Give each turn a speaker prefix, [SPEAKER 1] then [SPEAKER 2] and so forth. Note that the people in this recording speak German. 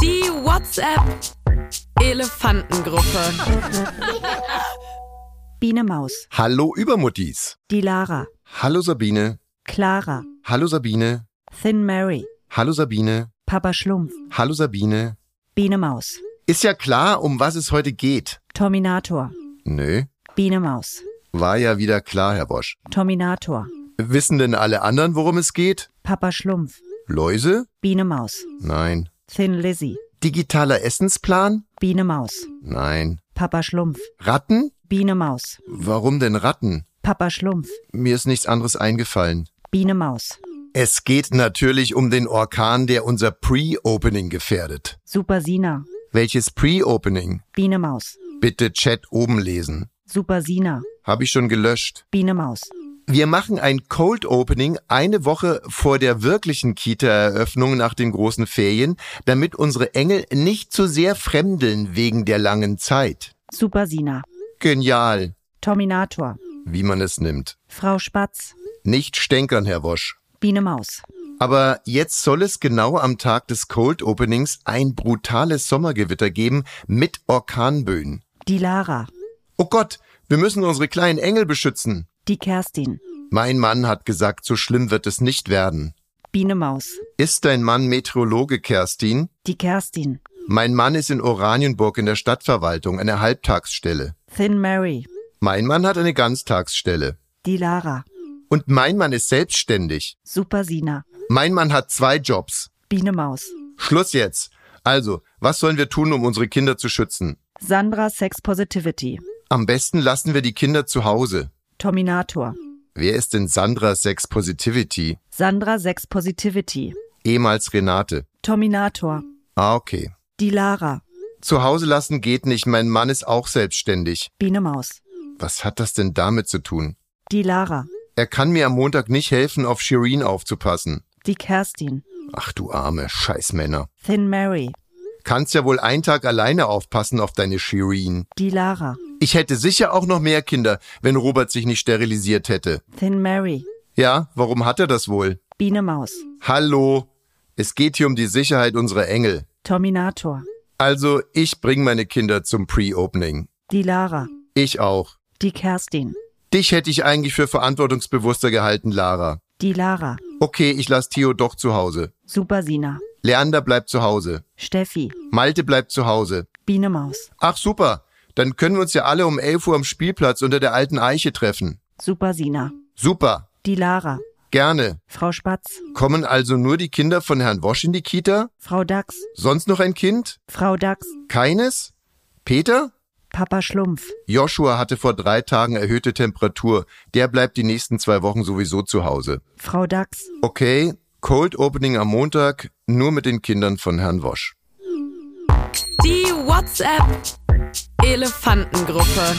[SPEAKER 1] Die WhatsApp Elefantengruppe.
[SPEAKER 2] Biene Maus,
[SPEAKER 3] Hallo Übermuttis.
[SPEAKER 2] die Lara,
[SPEAKER 3] Hallo Sabine.
[SPEAKER 2] Clara,
[SPEAKER 3] Hallo Sabine.
[SPEAKER 2] Thin Mary,
[SPEAKER 3] Hallo Sabine.
[SPEAKER 2] Papa Schlumpf,
[SPEAKER 3] Hallo Sabine.
[SPEAKER 2] Biene Maus,
[SPEAKER 3] Ist ja klar, um was es heute geht.
[SPEAKER 2] Terminator,
[SPEAKER 3] Nö.
[SPEAKER 2] Biene Maus,
[SPEAKER 3] War ja wieder klar, Herr Bosch.
[SPEAKER 2] Terminator,
[SPEAKER 3] Wissen denn alle anderen, worum es geht?
[SPEAKER 2] Papa Schlumpf,
[SPEAKER 3] Läuse?
[SPEAKER 2] Biene Maus,
[SPEAKER 3] Nein.
[SPEAKER 2] Thin Lizzy,
[SPEAKER 3] Digitaler Essensplan?
[SPEAKER 2] Biene Maus,
[SPEAKER 3] Nein.
[SPEAKER 2] Papa Schlumpf,
[SPEAKER 3] Ratten?
[SPEAKER 2] Biene Maus,
[SPEAKER 3] Warum denn Ratten?
[SPEAKER 2] Papa Schlumpf,
[SPEAKER 3] Mir ist nichts anderes eingefallen.
[SPEAKER 2] Biene Maus,
[SPEAKER 3] Es geht natürlich um den Orkan, der unser Pre-Opening gefährdet.
[SPEAKER 2] Super Sina,
[SPEAKER 3] Welches Pre-Opening?
[SPEAKER 2] Biene Maus,
[SPEAKER 3] Bitte Chat oben lesen.
[SPEAKER 2] Super Sina,
[SPEAKER 3] Hab ich schon gelöscht.
[SPEAKER 2] Biene Maus,
[SPEAKER 3] Wir machen ein Cold Opening eine Woche vor der wirklichen Kita-Eröffnung nach den großen Ferien, damit unsere Engel nicht zu sehr fremdeln wegen der langen Zeit.
[SPEAKER 2] Super Sina,
[SPEAKER 3] Genial,
[SPEAKER 2] Terminator,
[SPEAKER 3] wie man es nimmt.
[SPEAKER 2] Frau Spatz,
[SPEAKER 3] Nicht stänkern, Herr Wosch.
[SPEAKER 2] Biene Maus,
[SPEAKER 3] Aber jetzt soll es genau am Tag des Cold Openings ein brutales Sommergewitter geben mit Orkanböen.
[SPEAKER 2] die Lara,
[SPEAKER 3] Oh Gott, wir müssen unsere kleinen Engel beschützen.
[SPEAKER 2] die Kerstin,
[SPEAKER 3] Mein Mann hat gesagt, so schlimm wird es nicht werden.
[SPEAKER 2] Biene Maus,
[SPEAKER 3] Ist dein Mann Meteorologe, Kerstin?
[SPEAKER 2] die Kerstin,
[SPEAKER 3] Mein Mann ist in Oranienburg in der Stadtverwaltung, eine Halbtagsstelle.
[SPEAKER 2] Thin Mary,
[SPEAKER 3] Mein Mann hat eine Ganztagsstelle.
[SPEAKER 2] die Lara,
[SPEAKER 3] Und mein Mann ist selbstständig.
[SPEAKER 2] Super Sina,
[SPEAKER 3] Mein Mann hat zwei Jobs.
[SPEAKER 2] Biene Maus,
[SPEAKER 3] Schluss jetzt. Also, was sollen wir tun, um unsere Kinder zu schützen?
[SPEAKER 2] Sandra Sex Positivity,
[SPEAKER 3] Am besten lassen wir die Kinder zu Hause.
[SPEAKER 2] Terminator,
[SPEAKER 3] Wer ist denn Sandra Sex Positivity?
[SPEAKER 2] Sandra Sex Positivity,
[SPEAKER 3] Ehemals Renate.
[SPEAKER 2] Terminator,
[SPEAKER 3] Ah, okay.
[SPEAKER 2] die Lara,
[SPEAKER 3] Zu Hause lassen geht nicht, mein Mann ist auch selbstständig.
[SPEAKER 2] Biene Maus,
[SPEAKER 3] Was hat das denn damit zu tun?
[SPEAKER 2] die Lara,
[SPEAKER 3] Er kann mir am Montag nicht helfen, auf Shireen aufzupassen.
[SPEAKER 2] die Kerstin,
[SPEAKER 3] Ach du arme Scheißmänner.
[SPEAKER 2] Thin Mary,
[SPEAKER 3] Kannst ja wohl einen Tag alleine aufpassen auf deine Shireen.
[SPEAKER 2] die Lara,
[SPEAKER 3] Ich hätte sicher auch noch mehr Kinder, wenn Robert sich nicht sterilisiert hätte.
[SPEAKER 2] Thin Mary,
[SPEAKER 3] Ja, warum hat er das wohl?
[SPEAKER 2] Biene Maus,
[SPEAKER 3] Hallo. Es geht hier um die Sicherheit unserer Engel.
[SPEAKER 2] Terminator,
[SPEAKER 3] Also, ich bring meine Kinder zum Pre-Opening.
[SPEAKER 2] die Lara,
[SPEAKER 3] Ich auch.
[SPEAKER 2] die Kerstin,
[SPEAKER 3] Dich hätte ich eigentlich für verantwortungsbewusster gehalten, Lara.
[SPEAKER 2] die Lara,
[SPEAKER 3] Okay, ich lass Theo doch zu Hause.
[SPEAKER 2] Super Sina,
[SPEAKER 3] Leander bleibt zu Hause.
[SPEAKER 2] Steffi,
[SPEAKER 3] Malte bleibt zu Hause.
[SPEAKER 2] Biene Maus,
[SPEAKER 3] Ach super, dann können wir uns ja alle um 11 Uhr am Spielplatz unter der alten Eiche treffen.
[SPEAKER 2] Super Sina,
[SPEAKER 3] Super,
[SPEAKER 2] die Lara,
[SPEAKER 3] gerne.
[SPEAKER 2] Frau Spatz,
[SPEAKER 3] Kommen also nur die Kinder von Herrn Wosch in die Kita?
[SPEAKER 2] Frau Dachs,
[SPEAKER 3] Sonst noch ein Kind?
[SPEAKER 2] Frau Dachs,
[SPEAKER 3] Keines? Peter?
[SPEAKER 2] Papa Schlumpf,
[SPEAKER 3] Joshua hatte vor drei Tagen erhöhte Temperatur. Der bleibt die nächsten zwei Wochen sowieso zu Hause.
[SPEAKER 2] Frau Dachs,
[SPEAKER 3] Okay, Cold Opening am Montag, nur mit den Kindern von Herrn Wosch.
[SPEAKER 1] Die WhatsApp Elefantengruppe.